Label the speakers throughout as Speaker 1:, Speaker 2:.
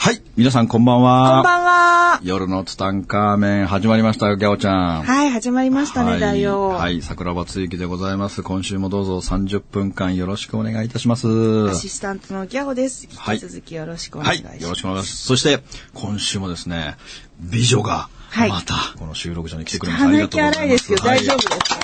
Speaker 1: はい。皆さんこんばんは。
Speaker 2: こんばんは。
Speaker 1: 夜のツタンカーメン始まりましたよ、ギャオちゃん。
Speaker 2: はい、始まりましたね、
Speaker 1: はい
Speaker 2: 大王。
Speaker 1: はい。桜庭つゆきでございます。今週もどうぞ30分間よろしくお願いいたします。
Speaker 2: アシスタントのギャオです。引
Speaker 1: はい
Speaker 2: き続きよろしくお願
Speaker 1: はい
Speaker 2: し
Speaker 1: い
Speaker 2: ます。。
Speaker 1: よろしくお願いします。そして、今週もですね、美女が、
Speaker 2: はい
Speaker 1: また、この収録所に来てくれました。あり
Speaker 2: 鼻
Speaker 1: がと
Speaker 2: 息
Speaker 1: うござ
Speaker 2: 荒い
Speaker 1: い
Speaker 2: で
Speaker 1: ますす。
Speaker 2: けど、大丈夫
Speaker 1: は
Speaker 2: ですか。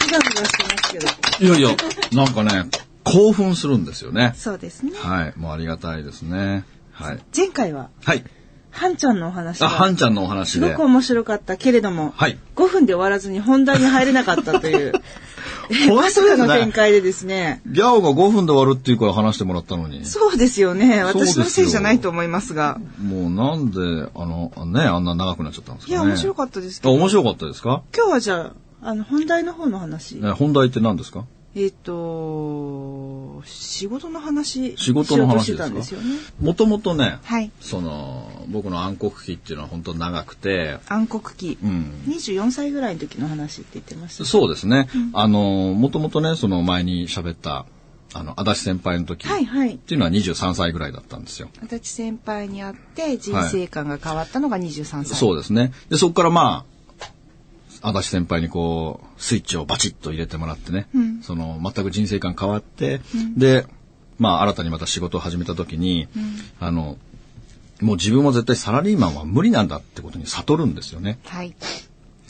Speaker 2: ふがふがしてますけど。
Speaker 1: い、いやいや、なんかね、興奮するんですよね。
Speaker 2: そうですね。
Speaker 1: はい。もうありがたいですね。はい。
Speaker 2: 前回は、
Speaker 1: はい。
Speaker 2: ハンちゃんのお話
Speaker 1: あ、
Speaker 2: が
Speaker 1: ハンちゃんのお話
Speaker 2: すご
Speaker 1: で
Speaker 2: く。面白かったけれども、
Speaker 1: はい
Speaker 2: 5分で終わらずに本題に入れなかった という、
Speaker 1: 本当
Speaker 2: ま
Speaker 1: です
Speaker 2: さ
Speaker 1: ね
Speaker 2: かの展開でですね、
Speaker 1: ギャオが5分で終わるっていうから話してもらったのに。
Speaker 2: そうですよね。
Speaker 1: そうです
Speaker 2: 私
Speaker 1: よ
Speaker 2: のせいじゃないと思いますが。
Speaker 1: もうなんで、あの、ね、あんな長くなっちゃったんです
Speaker 2: い
Speaker 1: かね。
Speaker 2: や、面白
Speaker 1: っ
Speaker 2: かったですけ
Speaker 1: た。
Speaker 2: ど、
Speaker 1: 面白かったですか、
Speaker 2: 今日はじゃあ、あの、本題の方の話。
Speaker 1: ね、本題って何ですか
Speaker 2: えっ、と、仕事の話。
Speaker 1: 仕事の話
Speaker 2: しよ
Speaker 1: で
Speaker 2: うとしてたんですすよ
Speaker 1: か
Speaker 2: ね。
Speaker 1: もともとね、
Speaker 2: はい。
Speaker 1: その、僕の暗黒期っていうのは本当長くて、
Speaker 2: 暗黒期。
Speaker 1: うん。
Speaker 2: 24歳ぐらいの時の話って言ってました。
Speaker 1: そうですね。あの、もともとね、その前に喋った、あの、足立先輩の時、
Speaker 2: はいはい
Speaker 1: っ。ていうのは23歳ぐらいだったんですよ。
Speaker 2: 足立先輩に会って人生観が変わったのが23歳。
Speaker 1: そうですね。で、そこからまあ、足立先輩にこう、スイッチをバチッと入れてもらってね、
Speaker 2: うん
Speaker 1: その、全く人生観変わって、で、まあ、新たにまた仕事を始めた時に、あの、もう自分も絶対サラリーマンは無理なんだってことに悟るんですよね。
Speaker 2: はい。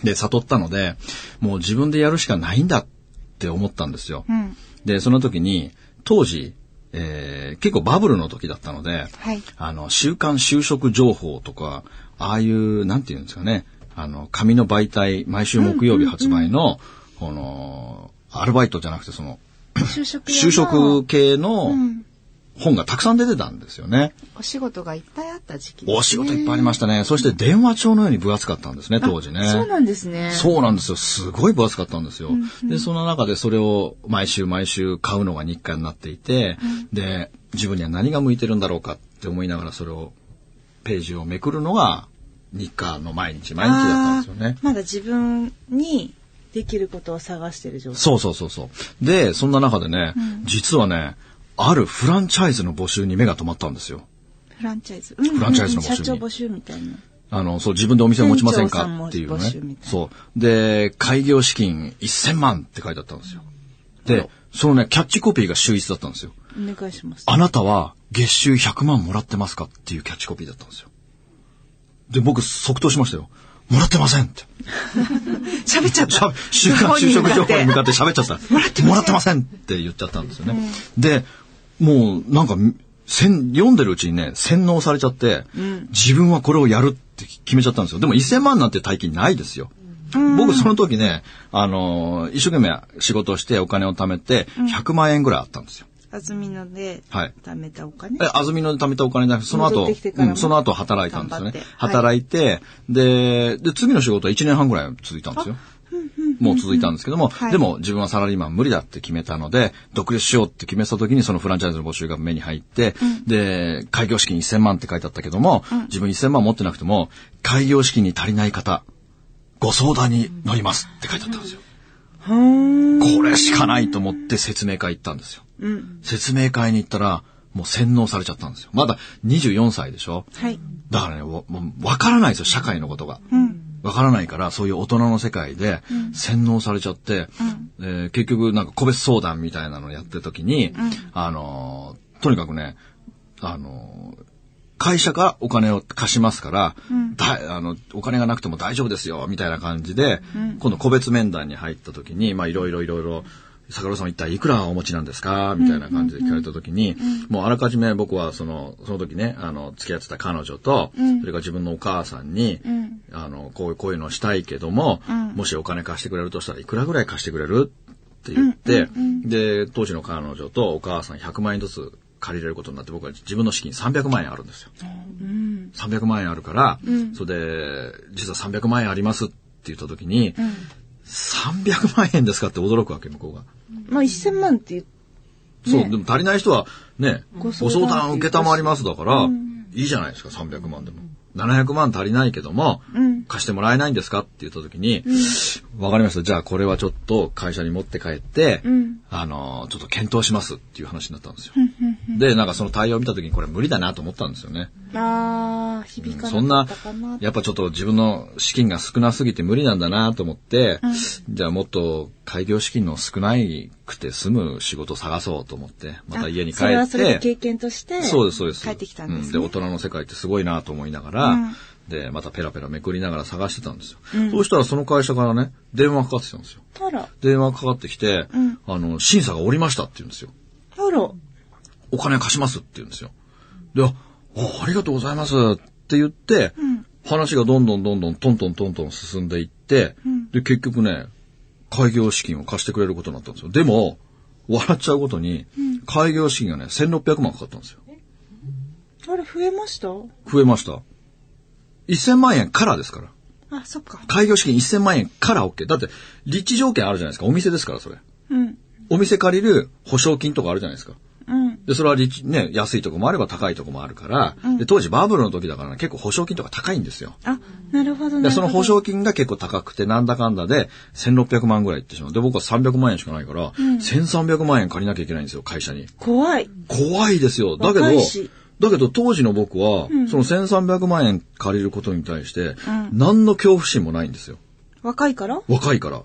Speaker 1: で、悟ったので、もう自分でやるしかないんだって思ったんですよ。
Speaker 2: うん。
Speaker 1: で、その時に、当時、えー結構バブルの時だったので、
Speaker 2: はい。
Speaker 1: あの、週刊就職情報とか、ああいう、なんていうんですかね、あの、紙の媒体、毎週木曜日発売の、この、アルバイトじゃなくて、その、
Speaker 2: 就職用の
Speaker 1: 就職系の
Speaker 2: うん。
Speaker 1: 本がたくさん出てたんですよね。
Speaker 2: お仕事がいっぱいあった時期ですね
Speaker 1: お仕事いっぱいありましたね。そして電話帳のように分厚かったんですね、当時ね。
Speaker 2: そうなんですね。
Speaker 1: そうなんですよ。すごい分厚かったんですよ。で、その中でそれを毎週毎週買うのが日課になっていて、で、自分には何が向いてるんだろうかって思いながらそれを、ページをめくるのが日課の毎日、毎日だったんですよね
Speaker 2: あー。まだ自分にできることを探してる状態。
Speaker 1: そうそうそうそう。で、そんな中でね、実はね、あるフランチャイズの募集に目が止まったんですよ。
Speaker 2: フランチャイズ。うんうんうん
Speaker 1: フランチャイズの募集に
Speaker 2: 社長募集みたいな。
Speaker 1: あの、そう、自分でお店を持ちません
Speaker 2: 店長さ
Speaker 1: か
Speaker 2: んも
Speaker 1: っていう
Speaker 2: 募集み
Speaker 1: ね。
Speaker 2: たいな
Speaker 1: そう。で、開業資金1000万って書いてあったんですよ。で、そのね、キャッチコピーが秀逸だったんですよ。
Speaker 2: お願いします。
Speaker 1: あなたは月収100万もらってますかっていうキャッチコピーだったんですよ。で、僕即答しましたよ。もらってませんって。
Speaker 2: 喋っちゃ っ
Speaker 1: しゃ
Speaker 2: た。
Speaker 1: 週刊就職情報に向か
Speaker 2: っ
Speaker 1: って喋っちゃった。もらってませんって言っちゃったんですよね。で、もうなんか、せん読んでるうちにね、洗脳されちゃって、自分はこれをやるって決めちゃったんですよ。でも1000万なんて大金ないですよ。僕その時ね、あのー一生懸命仕事をしてお金を貯めて、100万円ぐらいあったんですよ。
Speaker 2: て。安みので、
Speaker 1: はい
Speaker 2: 貯めたお金。
Speaker 1: え、安曇野で貯めたお金じゃなくて、その
Speaker 2: 戻
Speaker 1: 後、
Speaker 2: ってきてから
Speaker 1: う
Speaker 2: も
Speaker 1: ん、その後働いたんですよ
Speaker 2: 頑張
Speaker 1: ね
Speaker 2: って。はい
Speaker 1: 働いて、で、で、次の仕事は1年半ぐらい続いたんですよ。もう続いたんですけども、
Speaker 2: はい
Speaker 1: でも自分はサラリーマン無理だって決めたので、独立しようって決めた時にそのフランチャイズの募集が目に入って、で、開業資金1000万って書いてあったけども、自分1000万持ってなくても、開業資金に足りない方、ご相談に乗りますって書いてあったんですよ。
Speaker 2: はーん。
Speaker 1: これしかないと思って説明会行ったんですよ。
Speaker 2: うん。
Speaker 1: 説明会に行ったら、もう洗脳されちゃったんですよ。まだ24歳でしょ
Speaker 2: はい。
Speaker 1: だからね、わもうわからないですよ、社会のことが。わからないから、そういう大人の世界で洗脳されちゃって、えー結局なんか個別相談みたいなのやってる時に、あのーとにかくね、あのー会社がお金を貸しますから、だあのお金がなくても大丈夫ですよ、みたいな感じで、今度個別面談に入った時に、まあいろいろいろいろ、坂呂さんは一体いくらお持ちなんですかみたいな感じで聞かれた時に、もうあらかじめ僕はその、その時ね、あの、付き合ってた彼女と、それから自分のお母さんに、あの、こういう、こういうのしたいけども、もしお金貸してくれるとしたらいくらぐらい貸してくれるって言って、で、当時の彼女とお母さん100万円ずつ借りれることになって、僕は自分の資金300万円あるんですよ。 300万円あるから、それで、実は300万円ありますって言った時に、300万円ですかって驚くわけ、向こうが。
Speaker 2: まあ1000万って言っ
Speaker 1: そう、
Speaker 2: ね
Speaker 1: でも足りない人はね、
Speaker 2: ご
Speaker 1: ご
Speaker 2: 相
Speaker 1: 相
Speaker 2: 談
Speaker 1: 談受けたまりますだから、いいじゃないですか、300万でも。700万足りないけども、
Speaker 2: ん
Speaker 1: 貸してもらえないんですかって言った時に、わ、かりました。じゃあこれはちょっと会社に持って帰って、
Speaker 2: ん
Speaker 1: あの、ちょっと検討しますっていう話になったんですよ。で、なんかその対応を見た時にこれ無理だなと思ったんですよね。
Speaker 2: ああ、響か
Speaker 1: そん
Speaker 2: な
Speaker 1: な
Speaker 2: かったかな。、
Speaker 1: やっぱちょっと自分の資金が少なすぎて無理なんだなと思って、じゃあもっと開業資金の少ないくて済む仕事を探そうと思って、また家に帰
Speaker 2: あそれは
Speaker 1: っ
Speaker 2: それで経
Speaker 1: て、
Speaker 2: 験として、
Speaker 1: そうです、そうです。
Speaker 2: 帰ってきたんです、
Speaker 1: う
Speaker 2: ね
Speaker 1: で、大人の世界ってすごいなと思いながら、
Speaker 2: うん
Speaker 1: で、またペラペラめくりながら探してたんですよ。そうしたらその会社からね、電話かかってきたんですよ。
Speaker 2: あら、
Speaker 1: 電話かかってきて、
Speaker 2: ん
Speaker 1: あの、審査が降りましたって言うんですよ。
Speaker 2: あら、
Speaker 1: お金貸しますって言うんですよ。で、あ、あありがとうございますって言って、話がどんどんどんどんトントントントン進んでいって、で、結局ね、開業資金を貸してくれることになったんですよ。でも、笑っちゃうことに、開業資金がね、1600万かかったんですよ。
Speaker 2: あれ増えました
Speaker 1: 増えました。1000万円からですから。
Speaker 2: あ、そっか。
Speaker 1: 開業資金1000万円から OK。だって、立地条件あるじゃないですか。お店ですから、それ。
Speaker 2: うん、
Speaker 1: お店借りる保証金とかあるじゃないですか。
Speaker 2: うん、
Speaker 1: で、それは立地ね、安いとこもあれば高いとこもあるから、で、当時バブルの時だからね、結構保証金とか高いんですよ。
Speaker 2: あ、なるほどね。
Speaker 1: で、その保証金が結構高くて、なんだかんだで、1600万ぐらいいってしまう。で、僕は300万円しかないから、1300万円借りなきゃいけないんですよ、会社に。
Speaker 2: 怖い。
Speaker 1: 怖いですよ。だけど
Speaker 2: 若いし、
Speaker 1: だけど当時の僕は、その1300万円借りることに対して、何の恐怖心もないんですよ。
Speaker 2: 若いから
Speaker 1: 若いから。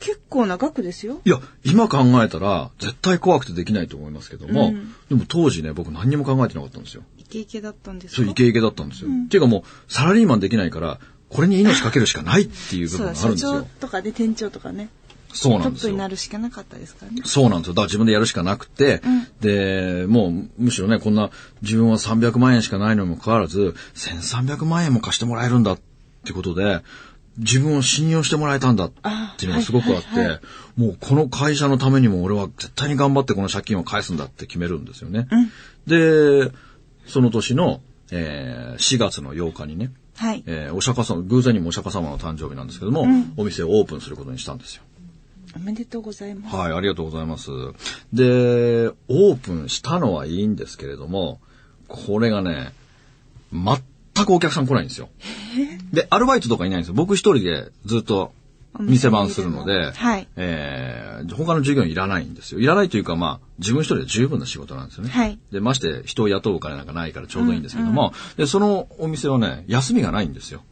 Speaker 2: 結構な額ですよ。
Speaker 1: いや、今考えたら、絶対怖くてできないと思いますけども、
Speaker 2: うん
Speaker 1: でも当時ね、僕何にも考えてなかったんですよ。
Speaker 2: イケイケだったんです
Speaker 1: そう、
Speaker 2: か
Speaker 1: イケイケだったんですよ。っていうかもう、サラリーマンできないから、これに命かけるしかないっていう部
Speaker 2: そ
Speaker 1: 分
Speaker 2: う
Speaker 1: があ
Speaker 2: だ、
Speaker 1: る
Speaker 2: 社
Speaker 1: んです
Speaker 2: 長
Speaker 1: よ。
Speaker 2: とかで店長とかね、
Speaker 1: そう
Speaker 2: ト
Speaker 1: なんで
Speaker 2: ッ
Speaker 1: す
Speaker 2: プに
Speaker 1: よ
Speaker 2: な。るしかなかったですからね。
Speaker 1: そうなんですよ。だから自分でやるしかなくて、で、もうむしろね、こんな自分は300万円しかないのにもかかわらず、1300万円も貸してもらえるんだってことで、自分を信用してもらえたんだっていうのがすごくあって、もうこの会社のためにも俺は絶対に頑張ってこの借金を返すんだって決めるんですよね。で、その年の、えー4月の8日にね、
Speaker 2: はい。
Speaker 1: えーお釈迦様、偶然にもお釈迦様の誕生日なんですけども、お店をオープンすることにしたんですよ。
Speaker 2: おめでとうございます。
Speaker 1: はい、ありがとうございます。で、オープンしたのはいいんですけれども、これがね、全くお客さん来ないんですよ。で、アルバイトとかいないんですよ。僕一人でずっと店番するの
Speaker 2: お店にい
Speaker 1: で、
Speaker 2: るのはい
Speaker 1: えー他の従業員いらないんですよ。いらないというか、まあ、自分一人で十分な仕事なんですよね。
Speaker 2: はい
Speaker 1: で、まして人を雇うお金なんかないからちょうどいいんですけども、で、そのお店はね、休みがないんですよ。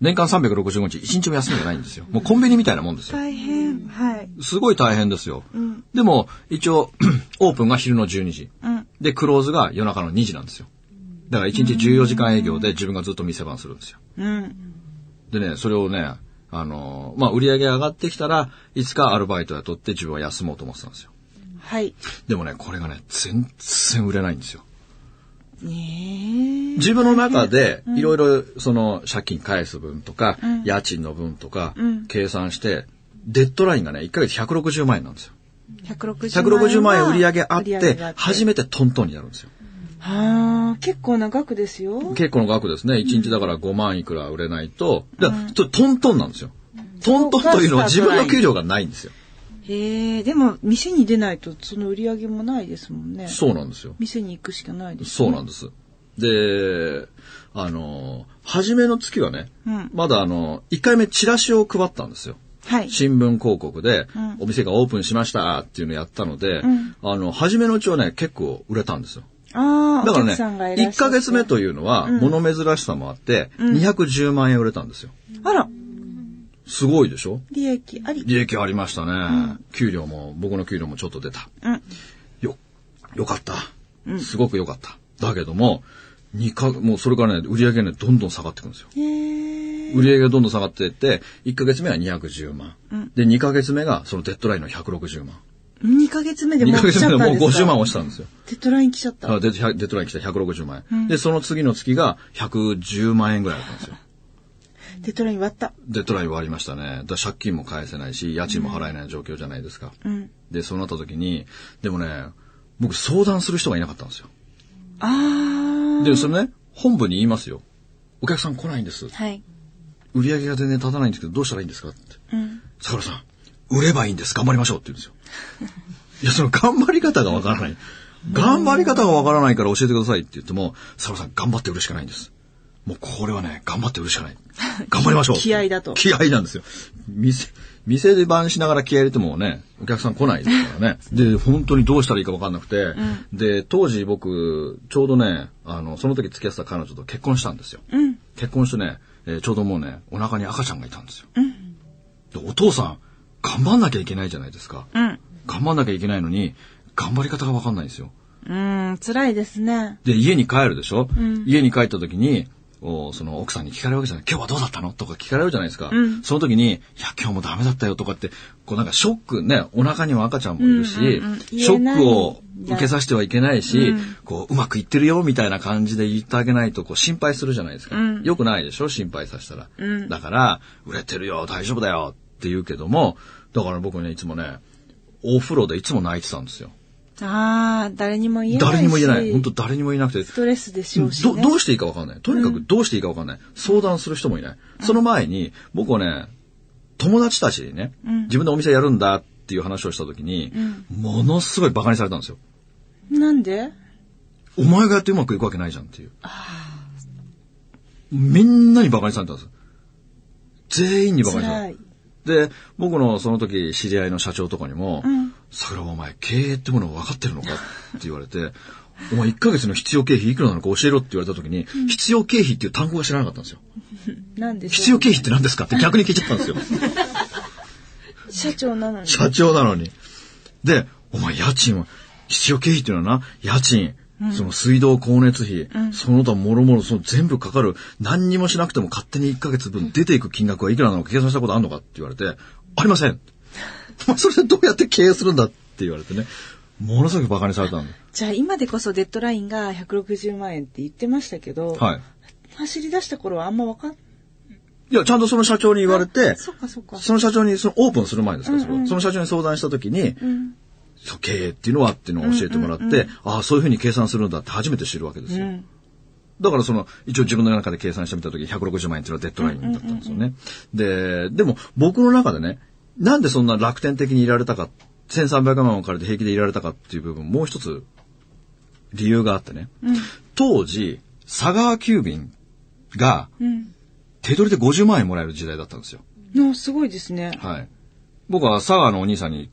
Speaker 1: 年間365日、一日も休みがないんですよ。もうコンビニみたいなもんですよ。
Speaker 2: 大変。はい。
Speaker 1: すごい大変ですよ。
Speaker 2: ん
Speaker 1: でも、一応、 オープンが昼の12時。
Speaker 2: うん。
Speaker 1: で、クローズが夜中の2時なんですよ。だから1日14時間営業で自分がずっと店番するんですよ。
Speaker 2: うん。
Speaker 1: でね、それをね、あのーまあ、売り上げ上がってきたら、いつかアルバイト雇って自分は休もうと思ってたんですよ。
Speaker 2: はい。
Speaker 1: でもね、これがね、全然売れないんですよ。
Speaker 2: ねえ。
Speaker 1: 自分の中で、いろいろ、その、借金返す分とか、家賃の分とか、計算して、デッドラインがね、1ヶ月160万円なんですよ。
Speaker 2: 160万円。
Speaker 1: 160万円売り上げあっ
Speaker 2: 売り上げ
Speaker 1: て、
Speaker 2: が
Speaker 1: 初めてトントンになるんですよ。
Speaker 2: はあ、結構な額ですよ。
Speaker 1: 結構の額ですね。1日だから5万いくら売れないと、だからちょっとトントンなんですよ。トントンというのは自分の給料がないんですよ。
Speaker 2: へえ、でも店に出ないとその売り上げもないですもんね。
Speaker 1: そうなんですよ。
Speaker 2: 店に行くしかないです。
Speaker 1: そうなんです。で、あの、初めの月はね、
Speaker 2: うん
Speaker 1: まだあの、1回目チラシを配ったんですよ。
Speaker 2: はい。
Speaker 1: 新聞広告で、お店がオープンしましたっていうのをやったので、あの、初めのうちはね、結構売れたんですよ。
Speaker 2: ああ、
Speaker 1: だ
Speaker 2: お
Speaker 1: からね、
Speaker 2: 客さんがいらっ
Speaker 1: 1
Speaker 2: しゃ
Speaker 1: ヶ
Speaker 2: って
Speaker 1: 月目というのは、物珍しさもあって、210万円売れたんですよ。
Speaker 2: あら、
Speaker 1: すごいでしょ
Speaker 2: 利益あり。
Speaker 1: 利益ありましたね。給料も、僕の給料もちょっと出た。
Speaker 2: うん。
Speaker 1: よ、よかった。すごくよかった。だけども、二か、もうそれからね、売り上げね、どんどん下がっていくんですよ。
Speaker 2: へえ。
Speaker 1: 売り上げがどんどん下がっていって、1ヶ月目は210万。で、2ヶ月目が、そのデッドラインの160万。
Speaker 2: 2ヶ月目で
Speaker 1: 2
Speaker 2: もう
Speaker 1: ヶ
Speaker 2: 来
Speaker 1: 月
Speaker 2: ちゃ
Speaker 1: 目
Speaker 2: っ
Speaker 1: で
Speaker 2: た
Speaker 1: も
Speaker 2: ん
Speaker 1: う
Speaker 2: ですか
Speaker 1: 50万落ちたんですよ。
Speaker 2: テトライン来ちゃった。
Speaker 1: あデッデッドライン来て160万円、で、その次の月が110万円ぐらいだったんですよ。
Speaker 2: テトライン割った。
Speaker 1: デッドラインはありましたね。だ借金も返せないし、家賃も払えない状況じゃないですか。
Speaker 2: うん。
Speaker 1: で、そうなった時に、でもね、僕相談する人がいなかったんですよ。
Speaker 2: ああ。
Speaker 1: で、それね、本部に言いますよ。お客さん来ないんです。
Speaker 3: はい。
Speaker 1: 売り上げが全然立たないんですけど、どうしたらいいんですかって。
Speaker 3: うん。
Speaker 1: 桜さん、売ればいいんです。頑張りましょうって言うんですよ。いや、その頑張り方がわからない。頑張り方がわからないから教えてくださいって言っても、桜さん頑張って売るしかないんです。もうこれはね、頑張って売るしかない。頑張りましょう。
Speaker 2: 気合だと
Speaker 1: 気合なんですよ。店、店で番しながら気合入れてもね、お客さん来ないですからね。で、本当にどうしたらいいかわかんなくて、で、当時僕、ちょうどね、あの、その時付き合ってた彼女と結婚したんですよ。結婚してね、えーちょうどもうね、お腹に赤ちゃんがいたんですよ。でお父さん、頑張んなきゃいけないじゃないですか。
Speaker 2: うん。
Speaker 1: 頑張んなきゃいけないのに、頑張り方がわかんないんですよ。
Speaker 2: うん、辛いですね。
Speaker 1: で、家に帰るでしょ、家に帰った時に、おその奥さんに聞かれるわけじゃない。今日はどうだったのとか聞かれるじゃないですか。
Speaker 2: ん
Speaker 1: その時に、いや、今日もダメだったよとかって、こうなんかショックね、お腹にも赤ちゃんもいるし、
Speaker 2: うんうんうん
Speaker 1: ショックを
Speaker 2: 言えない
Speaker 1: 受けさせてはいけないし、
Speaker 2: うん
Speaker 1: こう、うまくいってるよみたいな感じで言ってあげないと、こう、心配するじゃないですか。
Speaker 2: うん
Speaker 1: よくないでしょ心配させたら。
Speaker 2: うん
Speaker 1: だから、売れてるよ、大丈夫だよって言うけども、だから僕ね、いつもね、お風呂でいつも泣いてたんですよ。
Speaker 2: ああ、誰にも言えないし。
Speaker 1: 誰にも言えない。本当誰にも言えなくて、
Speaker 2: ストレスでしょうし、
Speaker 1: ど
Speaker 2: ね。
Speaker 1: どうしていいかわかんない。とにかくどうしていいかわかんない。相談する人もいない。その前に、僕はね、友達たちにね、自分でお店やるんだっていう話をした時に、ものすごい馬鹿にされたんですよ。
Speaker 2: なんで
Speaker 1: お前がやってうまくいくわけないじゃんっていう。みんなに馬鹿にされたんです。全員に馬鹿にされた
Speaker 2: 辛。い。
Speaker 1: で、僕のその時知り合いの社長とかにも、
Speaker 2: ん
Speaker 1: 桜はお前経営ってもの分かってるのかって言われて、お前1ヶ月の必要経費いくらなのか教えろって言われた時に、必要経費っていう単語が知らなかったんですよ。
Speaker 2: なんでし
Speaker 1: 必
Speaker 2: ょ
Speaker 1: 要
Speaker 2: う
Speaker 1: 経費って何ですかって逆に聞いちゃったんですよ。
Speaker 2: 社長なのに。
Speaker 1: 社長なのに。で、お前家賃は、必要経費っていうのはな、家賃、その水道光熱費、その他もろもろその全部かかる、何にもしなくても勝手に1ヶ月分出ていく金額はいくらなのか計算したことあるのかって言われて、ありません。お前それでどうやって経営するんだって言われてね、ものすごく馬鹿にされたんだ。
Speaker 2: じゃあ今でこそデッドラインが160万円って言ってましたけど、
Speaker 1: はい。
Speaker 2: 走り出した頃はあんまわかん、
Speaker 1: いや、ちゃんとその社長に言われて、
Speaker 2: そっかそっか。
Speaker 1: その社長に、そのオープンする前ですから、それは
Speaker 2: うんうん
Speaker 1: その社長に相談した時に、
Speaker 2: うん。
Speaker 1: そう経営っていうのはっていうのを教えてもらって、
Speaker 2: うんうんうん
Speaker 1: ああ、そういうふうに計算するんだって初めて知るわけです
Speaker 2: う
Speaker 1: よ。
Speaker 2: ん。
Speaker 1: だからその、一応自分の中で計算してみたとき、160万円っていうのはデッドラインだったんですよね。で、でも僕の中でね、なんでそんな楽天的にいられたか、1300万を借りて平気でいられたかっていう部分、もう一つ理由があってね、当時、佐川急便が
Speaker 2: うん。
Speaker 1: 手取りで50万円もらえる時代だったんですよ。
Speaker 2: の、すごいですね。
Speaker 1: はい。僕は佐川のお兄さんに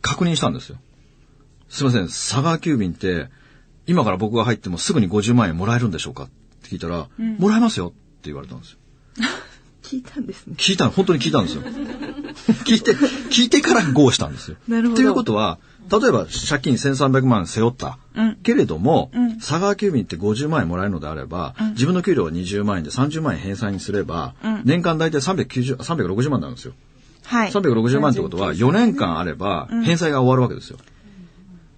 Speaker 1: 確認したんですよ。すいません、佐川急便って、今から僕が入ってもすぐに50万円もらえるんでしょうかって聞いたら、もらえますよって言われたんですよ。
Speaker 3: 聞いたんですね。
Speaker 1: 聞いたの、本当に聞いたんですよ。 聞いて、聞いてからゴーしたんですよ。
Speaker 2: なるほど
Speaker 1: ということは、例えば借金1300万円背負った。
Speaker 2: うん
Speaker 1: けれども、
Speaker 2: ん
Speaker 1: 佐川急便って50万円もらえるのであれば、自分の給料は20万円で30万円返済にすれば、年間大体390、360万になるんですよ。
Speaker 2: はい。
Speaker 1: 360万ってことは4年間あれば返済が終わるわけですよ。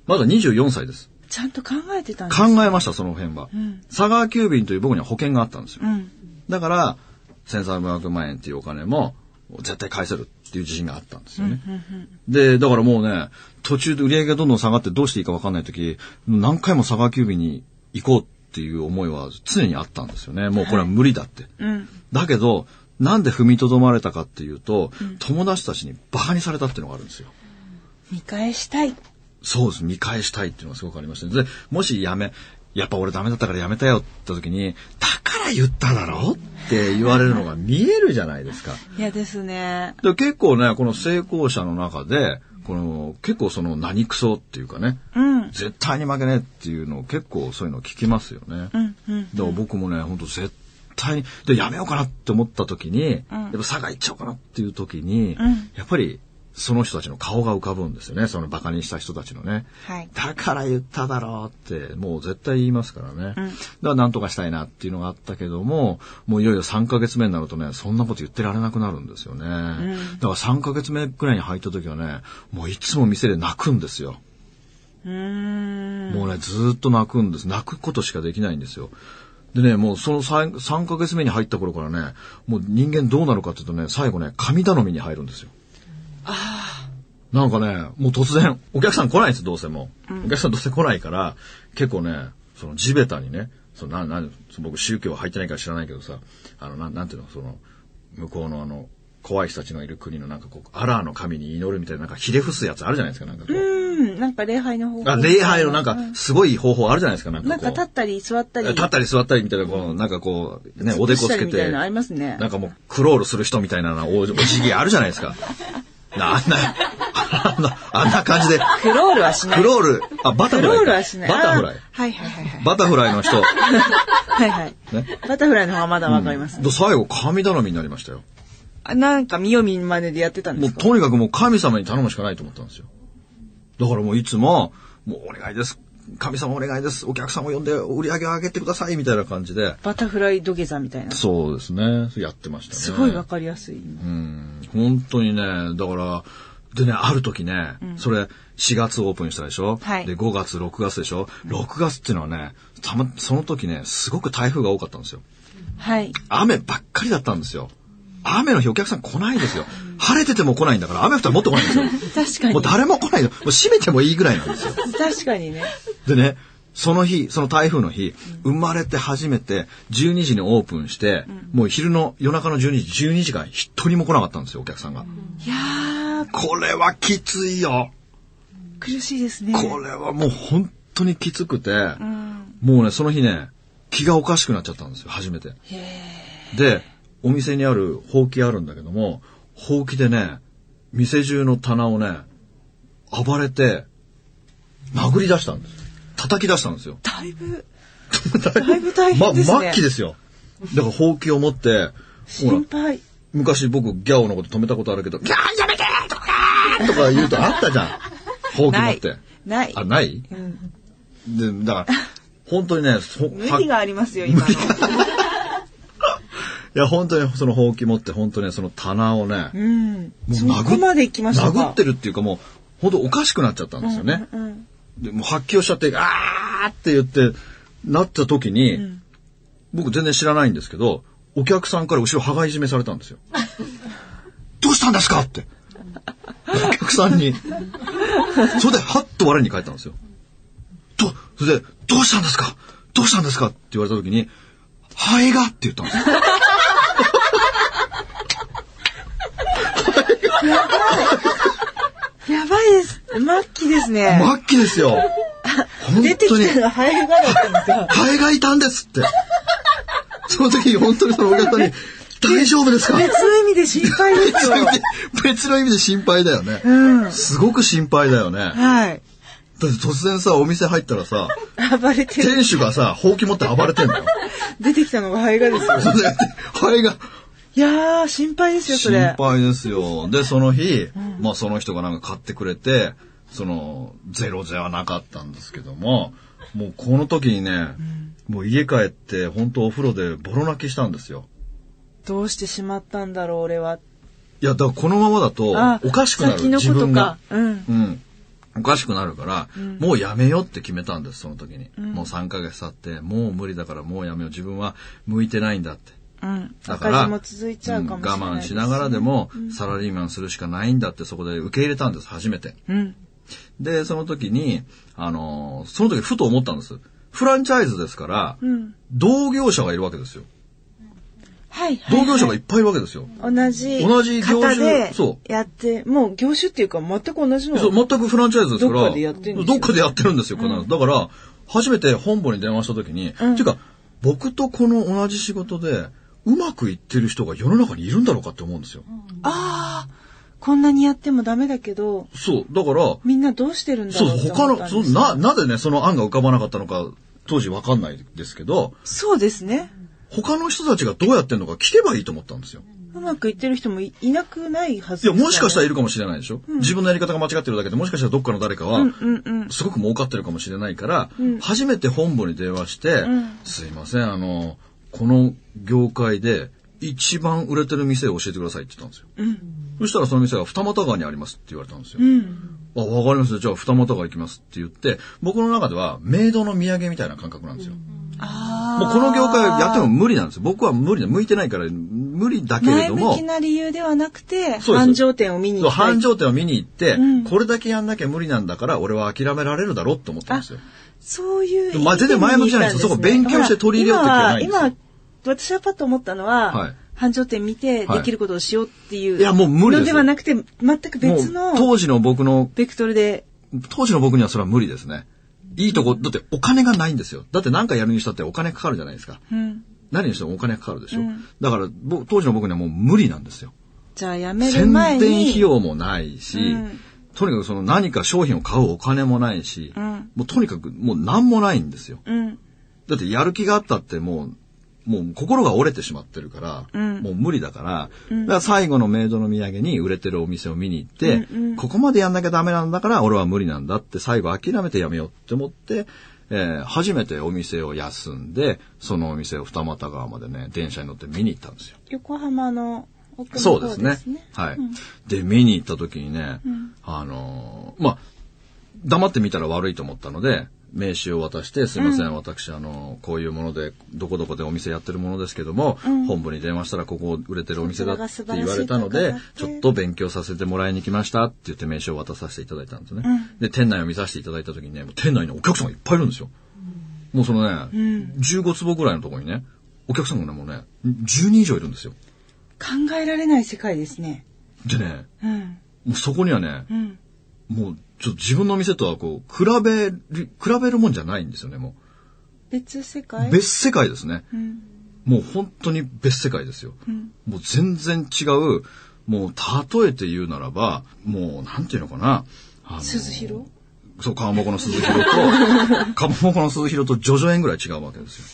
Speaker 1: まだ24歳です。
Speaker 2: ちゃんと考えてたんです。
Speaker 1: 考えました、その辺は。佐川急便という僕には保険があったんですよ
Speaker 2: う。ん。
Speaker 1: だから、1300万円っていうお金も絶対返せるっていう自信があったんですよね。で、だからもうね、途中で売り上げがどんどん下がってどうしていいか分かんない時、何回も佐川急便に行こうっていう思いは常にあったんですよね。もうこれは無理だって。
Speaker 2: うん。
Speaker 1: だけど、なんで踏みとどまれたかっていうと、友達たちにバカにされたっていうのがあるんですよ。
Speaker 2: 見返したい。
Speaker 1: そうです。見返したいっていうのがすごくありましたね。で、もしやめ、やっぱ俺ダメだったからやめたよって言った時に、だから言っただろって言われるのが見えるじゃないですか。
Speaker 2: 嫌ですね。
Speaker 1: で結構ね、この成功者の中で、この結構その何クソっていうかね、
Speaker 2: うん。
Speaker 1: 絶対に負けねえっていうのを結構そういうの聞きますよね。
Speaker 2: うん。うん。
Speaker 1: だから僕もね、本当絶対に、で、やめようかなって思った時に、やっぱ佐賀行っちゃおうかなっていう時に、
Speaker 2: ん
Speaker 1: やっぱり、その人たちの顔が浮かぶんですよね。その馬鹿にした人たちのね。
Speaker 2: はい
Speaker 1: だから言っただろうって、もう絶対言いますからね。だからなんとかしたいなっていうのがあったけども、もういよいよ3ヶ月目になるとね、そんなこと言ってられなくなるんですよね。だから3ヶ月目くらいに入った時はね、もういつも店で泣くんですよ。
Speaker 2: うーん。
Speaker 1: もうね、ずーっと泣くんです。泣くことしかできないんですよ。でね、もうその 3, 3ヶ月目に入った頃からね、もう人間どうなるかっていうとね、最後ね、神頼みに入るんですよ。ああ。なんかね、もう突然、お客さん来ないんです、どうせもう。お客さんどうせ来ないから、結構ね、その地べたにね、そのななんその僕宗教入ってないから知らないけどさあのなんなんていうのその向こうのあの怖い人たちのいる国のなんかこうアラーの神に祈るみたいななんかひれ伏すやつあるじゃないですかなんかこう、
Speaker 2: うん、なんか礼拝の方法。
Speaker 1: あ礼拝のなん
Speaker 2: う
Speaker 1: かすごい方法あるじゃないですかなんかこう
Speaker 2: なんか立ったり座ったり。
Speaker 1: 立ったり座ったりみたいな、こう、なんかこう、ね、
Speaker 2: ずっ
Speaker 1: おで
Speaker 2: とし
Speaker 1: こつ
Speaker 2: たり
Speaker 1: け
Speaker 2: みたい
Speaker 1: て、
Speaker 2: なのあ
Speaker 1: な
Speaker 2: りますね
Speaker 1: んかもう、クロールする人みたいなのおお辞儀あるじゃないですか。 なあんな、あんな、あんな感じで、
Speaker 2: クロールはしない。
Speaker 1: クロール、あ、バタ
Speaker 2: ク
Speaker 1: フライか。
Speaker 2: ロールはしない。
Speaker 1: バタフライ
Speaker 2: あー。はいはいはいはい。
Speaker 1: バタフライの人、
Speaker 2: はいはい。
Speaker 1: ね。
Speaker 2: バタフライの方はまだわかりますね。
Speaker 1: で最後、神頼みになりましたよ。
Speaker 2: あなんか見よう見まねでやってたんで
Speaker 1: もう、
Speaker 2: すか
Speaker 1: とにかくもう神様に頼むしかないと思ったんですよ。だからもう、いつも、もう、お願いです。神様お願いです。お客様を呼んで、売り上げを上げてください。みたいな感じで。
Speaker 2: バタフライ土下座みたいな。
Speaker 1: そうですね。やってましたね。
Speaker 2: すごいわかりやすい。
Speaker 1: うん本当にね、だから、でね、ある時ね、それ4月オープンしたでしょ、
Speaker 2: はい
Speaker 1: で、5月、6月でしょ ?6 月っていうのはね、たま、その時ね、すごく台風が多かったんですよ。
Speaker 2: はい。
Speaker 1: 雨ばっかりだったんですよ。雨の日お客さん来ないんですよ。晴れてても来ないんだから、雨降ったらもっと来ないんですよ。
Speaker 2: 確か
Speaker 1: もう
Speaker 2: に。
Speaker 1: 誰も来ないの。もう閉めてもいいぐらいなんですよ。
Speaker 2: 確かにね。
Speaker 1: でね、その日、その台風の日、生まれて初めて12時にオープンして、もう昼の夜中の12時、12時間一人も来なかったんですよ、お客さんが。
Speaker 2: いやー、
Speaker 1: これはきついよ。
Speaker 2: 苦しいですね。
Speaker 1: これはもう本当にきつくて、もうね、その日ね、気がおかしくなっちゃったんですよ、初めて。で、お店にあるほうきあるんだけども、ほうきでね、店中の棚をね、暴れて、殴り出したんです。叩き出したんですよ。
Speaker 2: だいぶ、だいぶ大
Speaker 1: ま、
Speaker 2: 変ですね。
Speaker 1: 末期ですよ。だからほうきを持って、ほら
Speaker 2: 心、配。
Speaker 1: 昔僕ギャオのこと止めたことあるけど、ギャーやめてとかーとか言うとあったじゃん。ほうき持
Speaker 2: な
Speaker 1: っ
Speaker 2: い
Speaker 1: て。。
Speaker 2: ない。
Speaker 1: あ、ない
Speaker 2: うん
Speaker 1: で、だから、本当にね、そ
Speaker 2: 無
Speaker 1: は
Speaker 2: 理がありますよ、今の。
Speaker 1: いや、本当にそのほうき持って、本当にねその棚をね、
Speaker 2: うん。
Speaker 1: も
Speaker 2: そう
Speaker 1: 殴っ
Speaker 2: こまで行きましたか。
Speaker 1: 殴ってるっていうかもう、本当おかしくなっちゃったんですよね。
Speaker 2: うんうん。
Speaker 1: でもう発狂しちゃって、あーって言って、なった時に、僕全然知らないんですけど、お客さんから後ろ羽がいじめされたんです よ。どうしたんですかって。お客さんに。それで、はっと我に返ったんですよ。と、それで、どうしたんですかどうしたんですかって言われた時に、ハエがって言ったんですよ。
Speaker 2: やばいです。末期ですね。
Speaker 1: 末期ですよ。本
Speaker 2: 出て
Speaker 1: 当に
Speaker 2: きた。のがハエがだったんで すよ。
Speaker 1: ハエがいたんですって。その時、本当にそのお客さんに、大丈夫ですか
Speaker 2: 別の意味で心配です
Speaker 1: 別
Speaker 2: よ
Speaker 1: の。意味で 別の意味で心配だよね。
Speaker 2: うん。
Speaker 1: すごく心配だよね。だって
Speaker 2: はい。
Speaker 1: 突然さ、お店入ったらさ、
Speaker 2: 暴れてる。
Speaker 1: 店主がさ、ほうき持って暴れてんだよ。
Speaker 2: 出てきたのがハエがですよ。
Speaker 1: それでハエが、
Speaker 2: いやー、心配ですよ、そ
Speaker 1: 心
Speaker 2: れ。
Speaker 1: 配ですよ。で、その日、まあその人がなんか買ってくれて、その、ゼロじゃなかったんですけども、もうこの時にね、もう家帰って、本当お風呂でボロ泣きしたんですよ。
Speaker 2: どうしてしまったんだろう、俺は。
Speaker 1: いや、だからこのままだと、
Speaker 2: あ
Speaker 1: おかしくなる。
Speaker 2: 先の
Speaker 1: 自
Speaker 2: こと
Speaker 1: 分が
Speaker 2: か。。うん。
Speaker 1: うん。おかしくなるから、もうやめようって決めたんです、その時に。もう3ヶ月経って、もう無理だからもうやめよう。自分は向いてないんだって。
Speaker 2: うん。
Speaker 1: だから、
Speaker 2: 赤字も続いちゃうかもしれない、
Speaker 1: うん我慢しながらで。も、サラリーマンするしかないんだって、そこで受け入れたんです、初めて。
Speaker 2: うん。
Speaker 1: で、その時に、あのーその時ふと思ったんです。フランチャイズですから、
Speaker 2: うん。
Speaker 1: 同業者がいるわけですよ。
Speaker 2: はい、はい。
Speaker 1: 同業者がいっぱいいるわけですよ。
Speaker 2: 同じ
Speaker 1: 同じ業種
Speaker 2: 型で
Speaker 1: そ
Speaker 2: やってもう業種っていうか全く同じの
Speaker 1: そう、全くフランチャイズですから。
Speaker 2: どっかでやってんですよ
Speaker 1: どっかでやってるんですよ、必ずだから、初めて本部に電話した時に、っていうか、僕とこの同じ仕事で、うまくいってる人が世の中にいるんだろうかって思うんですよ。
Speaker 2: ああこんなにやってもダメだけど
Speaker 1: そう、だから、
Speaker 2: みんなどうしてるんだ
Speaker 1: そう
Speaker 2: ろうって
Speaker 1: 他
Speaker 2: 思った
Speaker 1: の、
Speaker 2: ん
Speaker 1: そ
Speaker 2: です
Speaker 1: のな、なぜね、その案が浮かばなかったのか、当時わかんないですけど、
Speaker 2: そうですね
Speaker 1: 他の人たちがどうやってんのか聞けばいいと思ったんですよ。
Speaker 2: うまくいってる人もいいなくないはず
Speaker 1: いや、もしかしたらい
Speaker 2: る
Speaker 1: るかもしれないでしょ、自分のやり方が間違ってるだけで、もしかしたらどっかの誰かは、
Speaker 2: うんうんうん
Speaker 1: すごく儲かってるかもしれないから、初めて本部に電話して、
Speaker 2: ん
Speaker 1: すいません、あの、この業界で一番売れてる店を教えてくださいって言ったんですよ。
Speaker 2: うん
Speaker 1: そしたらその店が二股川にありますって言われたんですよ。
Speaker 2: うん
Speaker 1: あ、わかりました。じゃあ二股川行きますって言って、僕の中ではメイドの土産みたいな感覚なんですよ。
Speaker 2: ああ
Speaker 1: もうこの業界やっても無理なんですよ。僕は無理だ。向いてないから無理だけれ
Speaker 2: 前
Speaker 1: ども。
Speaker 2: 向きな理由ではなくて
Speaker 1: そうです
Speaker 2: 繁盛店を見に行きたい
Speaker 1: 繁盛店を見に行って、
Speaker 2: ん
Speaker 1: これだけやんなきゃ無理なんだから、俺は諦められるだろうって思ったんですよ。
Speaker 2: そういう。
Speaker 1: まあ全然前向きじゃないです
Speaker 2: 意味
Speaker 1: そこ勉
Speaker 2: で見たんです
Speaker 1: 強して
Speaker 2: ね
Speaker 1: 取り入れようって気はないんですよ
Speaker 2: 今は、今私はパッと思ったのは、
Speaker 1: はい
Speaker 2: 繁盛店見て
Speaker 1: はい
Speaker 2: できることをしようっていう。
Speaker 1: いやもう無理ですよ
Speaker 2: のではなくて、全く
Speaker 1: も
Speaker 2: 別の
Speaker 1: う、当時の僕の、
Speaker 2: ベクトルで。
Speaker 1: 当時の僕にはそれは無理ですね。いいとこ、だってお金がないんですよ。だって何かやるにしたってお金かかるじゃないですか。
Speaker 2: うん。
Speaker 1: 何にしてもお金かかるでしょ。
Speaker 2: うん
Speaker 1: だから僕、当時の僕にはもう無理なんですよ。
Speaker 2: じゃあやめる
Speaker 1: 宣
Speaker 2: 前に。
Speaker 1: 伝費用もないし、
Speaker 2: うん
Speaker 1: とにかくその何か商品を買うお金もないし、
Speaker 2: うん
Speaker 1: もうとにかくもう何もないんですよ。
Speaker 2: うん。
Speaker 1: だってやる気があったってもう、もう心が折れてしまってるから、
Speaker 2: うん
Speaker 1: もう無理だから、だから最後のメイドの土産に売れてるお店を見に行って、
Speaker 2: うんうん
Speaker 1: ここまでやんなきゃダメなんだから俺は無理なんだって最後諦めてやめようって思って、えー初めてお店を休んで、そのお店を二俣川までね、電車に乗って見に行ったんですよ。
Speaker 2: 横浜の奥の
Speaker 1: そう
Speaker 2: 方
Speaker 1: で
Speaker 2: ですす
Speaker 1: ね
Speaker 2: ね。。
Speaker 1: はい、
Speaker 2: うん
Speaker 1: で、見に行った時にね、
Speaker 2: ん
Speaker 1: あのーまあ、黙って見たら悪いと思ったので、名刺を渡して、すいません、私、あのーこういうもので、どこどこでお店やってるものですけども、本部に電話したら、ここ売れてるお店だって言われたので
Speaker 2: こちらが素晴らしい方だって、
Speaker 1: ちょっと勉強させてもらいに来ましたって言って名刺を渡させていただいたんですね。で、店内を見させていただいた時にね、もう店内にお客さんがいっぱいいるんですよ。もうそのね、15坪ぐらいのところにね、お客さんがね、もうね、10人以上いるんですよ。
Speaker 2: 考えられない世界ですね。
Speaker 1: でね、
Speaker 2: うん。
Speaker 1: もうそこにはね、
Speaker 2: うん。
Speaker 1: もうちょっと自分の店とはこう、比べる、比べるもんじゃないんですよね、も
Speaker 2: 別世界
Speaker 1: う。別世界ですね。
Speaker 2: うん。
Speaker 1: もう本当に別世界ですよ。もう全然違う、もう例えて言うならば、もうなんていうのかな。あの
Speaker 2: 鈴広
Speaker 1: そう、川本の鈴 広と、川本の鈴広とジョジョ園ぐらい違うわけですよ。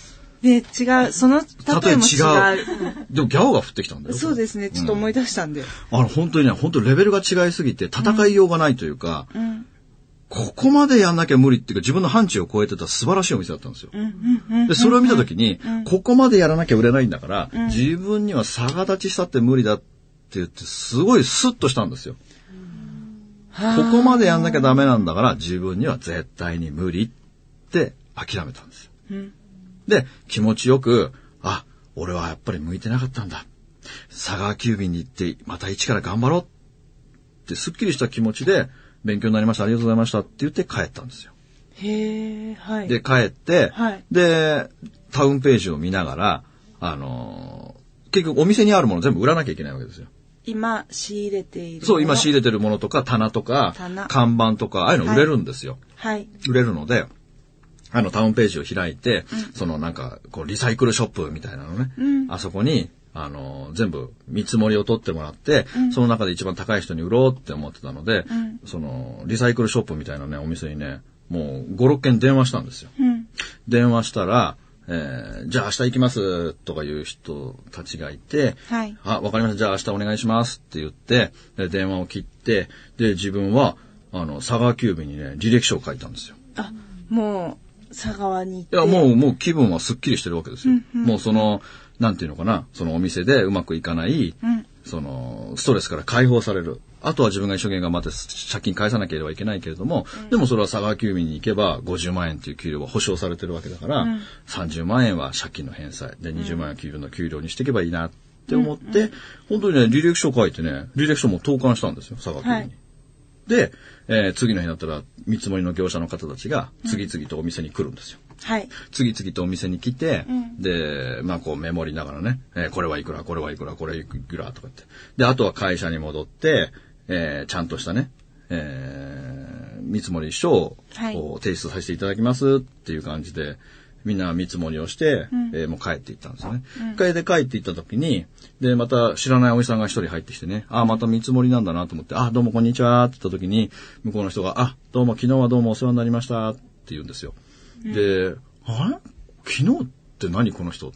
Speaker 2: で、違う、その例えも違う。
Speaker 1: でもギャオが降ってきたんだよ。
Speaker 2: そうですね。ちょっと
Speaker 1: うん
Speaker 2: 思い出したんで。
Speaker 1: あの、本当にね、本当レベルが違いすぎて戦いようがないというか、
Speaker 2: うん。
Speaker 1: ここまでやんなきゃ無理っていうか、自分の範疇を超えてた素晴らしいお店だったんですよ。
Speaker 2: うん。うん。うん。
Speaker 1: で、それを見たときに、ここまでやらなきゃ売れないんだから、自分には逆立ちしたって無理だって言って、すごいスッとしたんですよ。ここまでやんなきゃダメなんだから、自分には絶対に無理って諦めたんですよ。
Speaker 2: うん
Speaker 1: で、気持ちよく、あ、俺はやっぱり向いてなかったんだ。佐川急便に行って、また一から頑張ろうって、すっきりした気持ちで、勉強になりました、ありがとうございましたって言って帰ったんですよ。
Speaker 2: へえ、はい。
Speaker 1: で、帰って、
Speaker 2: はい
Speaker 1: で、タウンページを見ながら、あのー結局お店にあるもの全部売らなきゃいけないわけですよ。
Speaker 2: 今、仕入れている。
Speaker 1: そう、今仕
Speaker 2: 入れ。
Speaker 1: 入れてるものとか棚とか
Speaker 2: 棚、
Speaker 1: 看板とか、ああいうの売れるんですよ。
Speaker 2: はい。
Speaker 1: 売れるので、あの、タウンページを開いて、そのなんか、こう、リサイクルショップみたいなのね、あそこに、あの、全部見積もりを取ってもらって、その中で一番高い人に売ろうって思ってたので、その、リサイクルショップみたいなね、お店にね、もう5、6件電話したんですよ。
Speaker 2: うん。
Speaker 1: 電話したら、えーじゃあ明日行きますとかいう人たちがいて、
Speaker 2: はい
Speaker 1: あ、わかりました。じゃあ明日お願いしますって言って、で電話を切って、で、自分は、あの、佐川急便にね、履歴書を書いたんですよ。
Speaker 2: あ、もう、佐川に行って。
Speaker 1: いや、もう、もう気分はスッキリしてるわけですよ。もうその、なんていうのかな、そのお店でうまくいかない、
Speaker 2: ん
Speaker 1: その、ストレスから解放される。あとは自分が一生懸命頑張って借金返さなければいけないけれども、でもそれは佐川急便に行けば50万円という給料は保証されてるわけだから、30万円は借金の返済、で20万円は給料の給料にしていけばいいなって思って、本当にね、履歴書書いてね、履歴書も投函したんですよ、佐川急便に。
Speaker 2: はい
Speaker 1: で、えー次の日になったら、見積もりの業者の方たちが、次々とお店に来るんですよ。
Speaker 2: はい。
Speaker 1: 次々とお店に来て、で、まあこうメモりながらね、えーこれはいくら、これはいくら、これはいくらとか言って。で、あとは会社に戻って、えーちゃんとしたね、えー見積もり書を
Speaker 2: はい
Speaker 1: こう提出させていただきますっていう感じで、みんな見積もりをして、えーもう帰っていったんですよね。帰って帰っていった時に、で、また知らないおじさんが一人入ってきてね、あ、また見積もりなんだなと思って、あ、どうもこんにちはって言った時に、向こうの人が、あ、どうも昨日はどうもお世話になりましたって言うんですよ。で、あれ昨日って何この人っ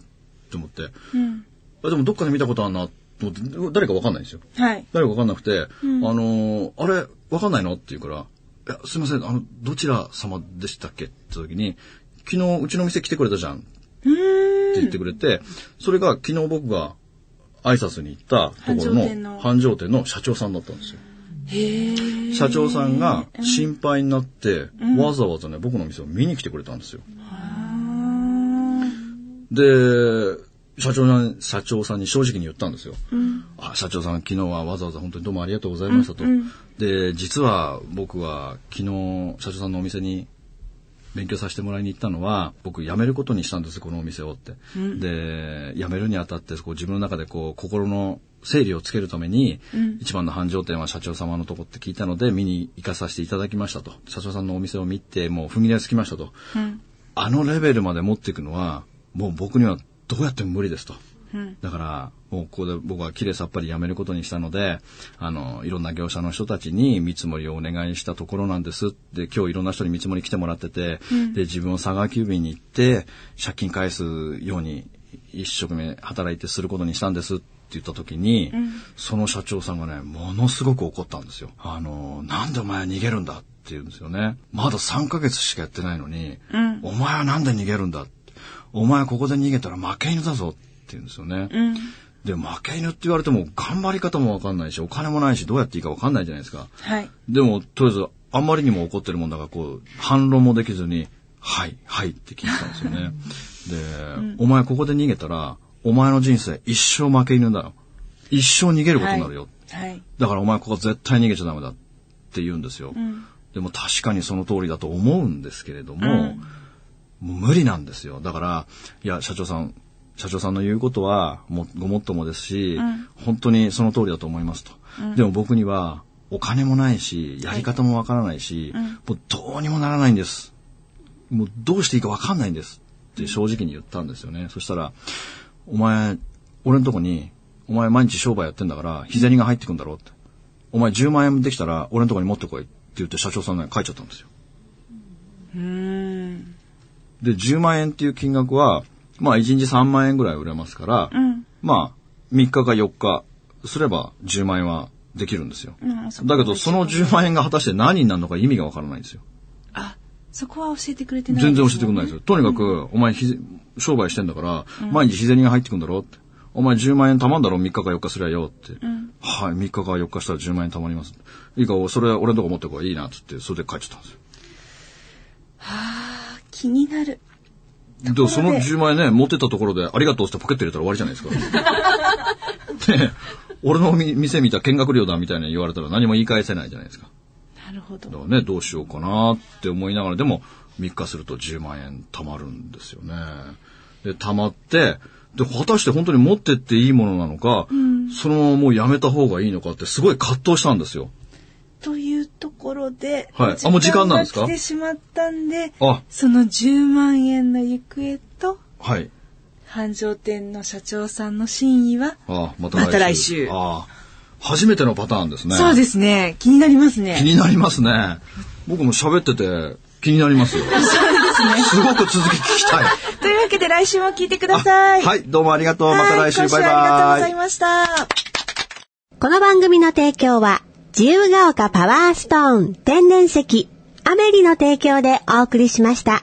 Speaker 1: て思って、
Speaker 2: うん。
Speaker 1: あでもどっかで見たことあるなと思って、誰かわかんないんですよ。
Speaker 2: はい。
Speaker 1: 誰かわかんなくて、あのーあれ、わかんないのって言うから、いや、すいません、あの、どちら様でしたっけって時に、昨日うちの店来てくれたじゃんって
Speaker 2: うーん。
Speaker 1: 言ってくれて、それが昨日僕が挨拶に行ったところ
Speaker 2: 繁盛店
Speaker 1: の
Speaker 2: の
Speaker 1: 繁盛店の社長さんだったんですよ。
Speaker 2: へえ。
Speaker 1: 社長さんが心配になって、わざわざね、僕の店を見に来てくれたんですよ。で、社長さん、社長さんに正直に言ったんですよ。あ社長さん、昨日はわざわざ本当にどうもありがとうございましたと。で、実は僕は昨日、社長さんのお店に勉強させてもらいに行ったのは、僕辞めることにしたんです、このお店をって。で、辞めるにあたって、こう自分の中でこう、心の整理をつけるために、一番の繁盛店は社長様のとこって聞いたので、見に行かさせていただきましたと。社長さんのお店を見て、もう踏み台つきましたと。あのレベルまで持っていくのは、もう僕にはどうやっても無理ですと。だから、もうここで僕はきれいさっぱり辞めることにしたので、あの、いろんな業者の人たちに見積もりをお願いしたところなんですって、今日いろんな人に見積もり来てもらってて、で、自分を佐川急便に行って、借金返すように一生懸命働いてすることにしたんですって言った時に、その社長さんがね、ものすごく怒ったんですよ。あの、なんでお前は逃げるんだって言うんですよね。まだ3ヶ月しかやってないのに、お前はなんで逃げるんだってお前ここで逃げたら負け犬だぞって言うんですよね。で、負け犬って言われても頑張り方もわかんないし、お金もないし、どうやっていいかわかんないじゃないですか。
Speaker 2: はい。
Speaker 1: でも、とりあえず、あんまりにも怒ってるもんだから、こう、反論もできずに、はい、はいって聞いてたんですよね。 で、お前ここで逃げたら、お前の人生一生負け犬だよ。一生逃げることになるよ。
Speaker 2: はい。
Speaker 1: だからお前ここ絶対逃げちゃダメだって言うんですよ。でも確かにその通りだと思うんですけれども、もう無理なんですよ。だから、いや、社長さん、社長さんの言うことはもうごもっともですし、本当にその通りだと思いますと。でも僕にはお金もないし、やり方もわからないし、もうどうにもならないんです。もうどうしていいかわかんないんですって正直に言ったんですよね。そしたら、お前、俺のとこに、お前毎日商売やってんだから、日銭が入ってくんだろうって。お前10万円できたら、俺のとこに持ってこいって言って社長さんが書いちゃったんですよ。
Speaker 2: うん。
Speaker 1: で、10万円っていう金額は、まあ1日3万円ぐらい売れますから、まあ3日か4日すれば10万円はできるんですよ。
Speaker 2: うんそこ
Speaker 1: だけど、その10万円が果たして何になるのか意味がわからないんですよ。
Speaker 2: あ、そこは教えてくれてない、
Speaker 1: 全然教えてくれないですよ。とにかく、お前ひぜ、商売してんだから、毎日日銭が入ってくんだろって。お前10万円貯まんだろ ?3 日か4日すりゃよって。はい、3日か4日したら10万円貯まります。いいか、それ俺のとこ持ってこい。いいな、つって、それで帰っちゃったんですよ。
Speaker 2: あー気になる。
Speaker 1: でもその10万円ね、持ってったところで、ありがとうってポケット入れたら終わりじゃないです か。で、俺のみ店見た見学料だみたいな言われたら何も言い返せないじゃないですか。
Speaker 2: なるほど
Speaker 1: だ。からね、どうしようかなって思いながら、でも3日すると10万円貯まるんですよね。で、貯まって、で、果たして本当に持ってっていいものなのか、そのままもうやめた方がいいのかってすごい葛藤したんですよ。
Speaker 2: というところで、
Speaker 1: はいあもう時間なんですか
Speaker 2: が来てしまったんで、
Speaker 1: あ、
Speaker 2: その10万円の行方と、
Speaker 1: はい。
Speaker 2: 繁盛店の社長さんの真意は、
Speaker 1: あ、また
Speaker 2: また来週
Speaker 1: あ初めてのパターンですね。
Speaker 2: そうですね。気になりますね。
Speaker 1: 気になりますね。僕も喋ってて気になり ますよ。すごく続き聞きたい。
Speaker 2: というわけで来週も聞いてください。
Speaker 1: はい、どうもありがとう。また
Speaker 2: は
Speaker 1: 来
Speaker 2: い
Speaker 1: 週、バ
Speaker 2: 今
Speaker 1: イ
Speaker 2: ありがとう
Speaker 1: バ
Speaker 2: ござ
Speaker 1: イ
Speaker 2: い。ました。
Speaker 4: この番組の提供は、自由が丘パワーストーン天然石、アメリの提供でお送りしました。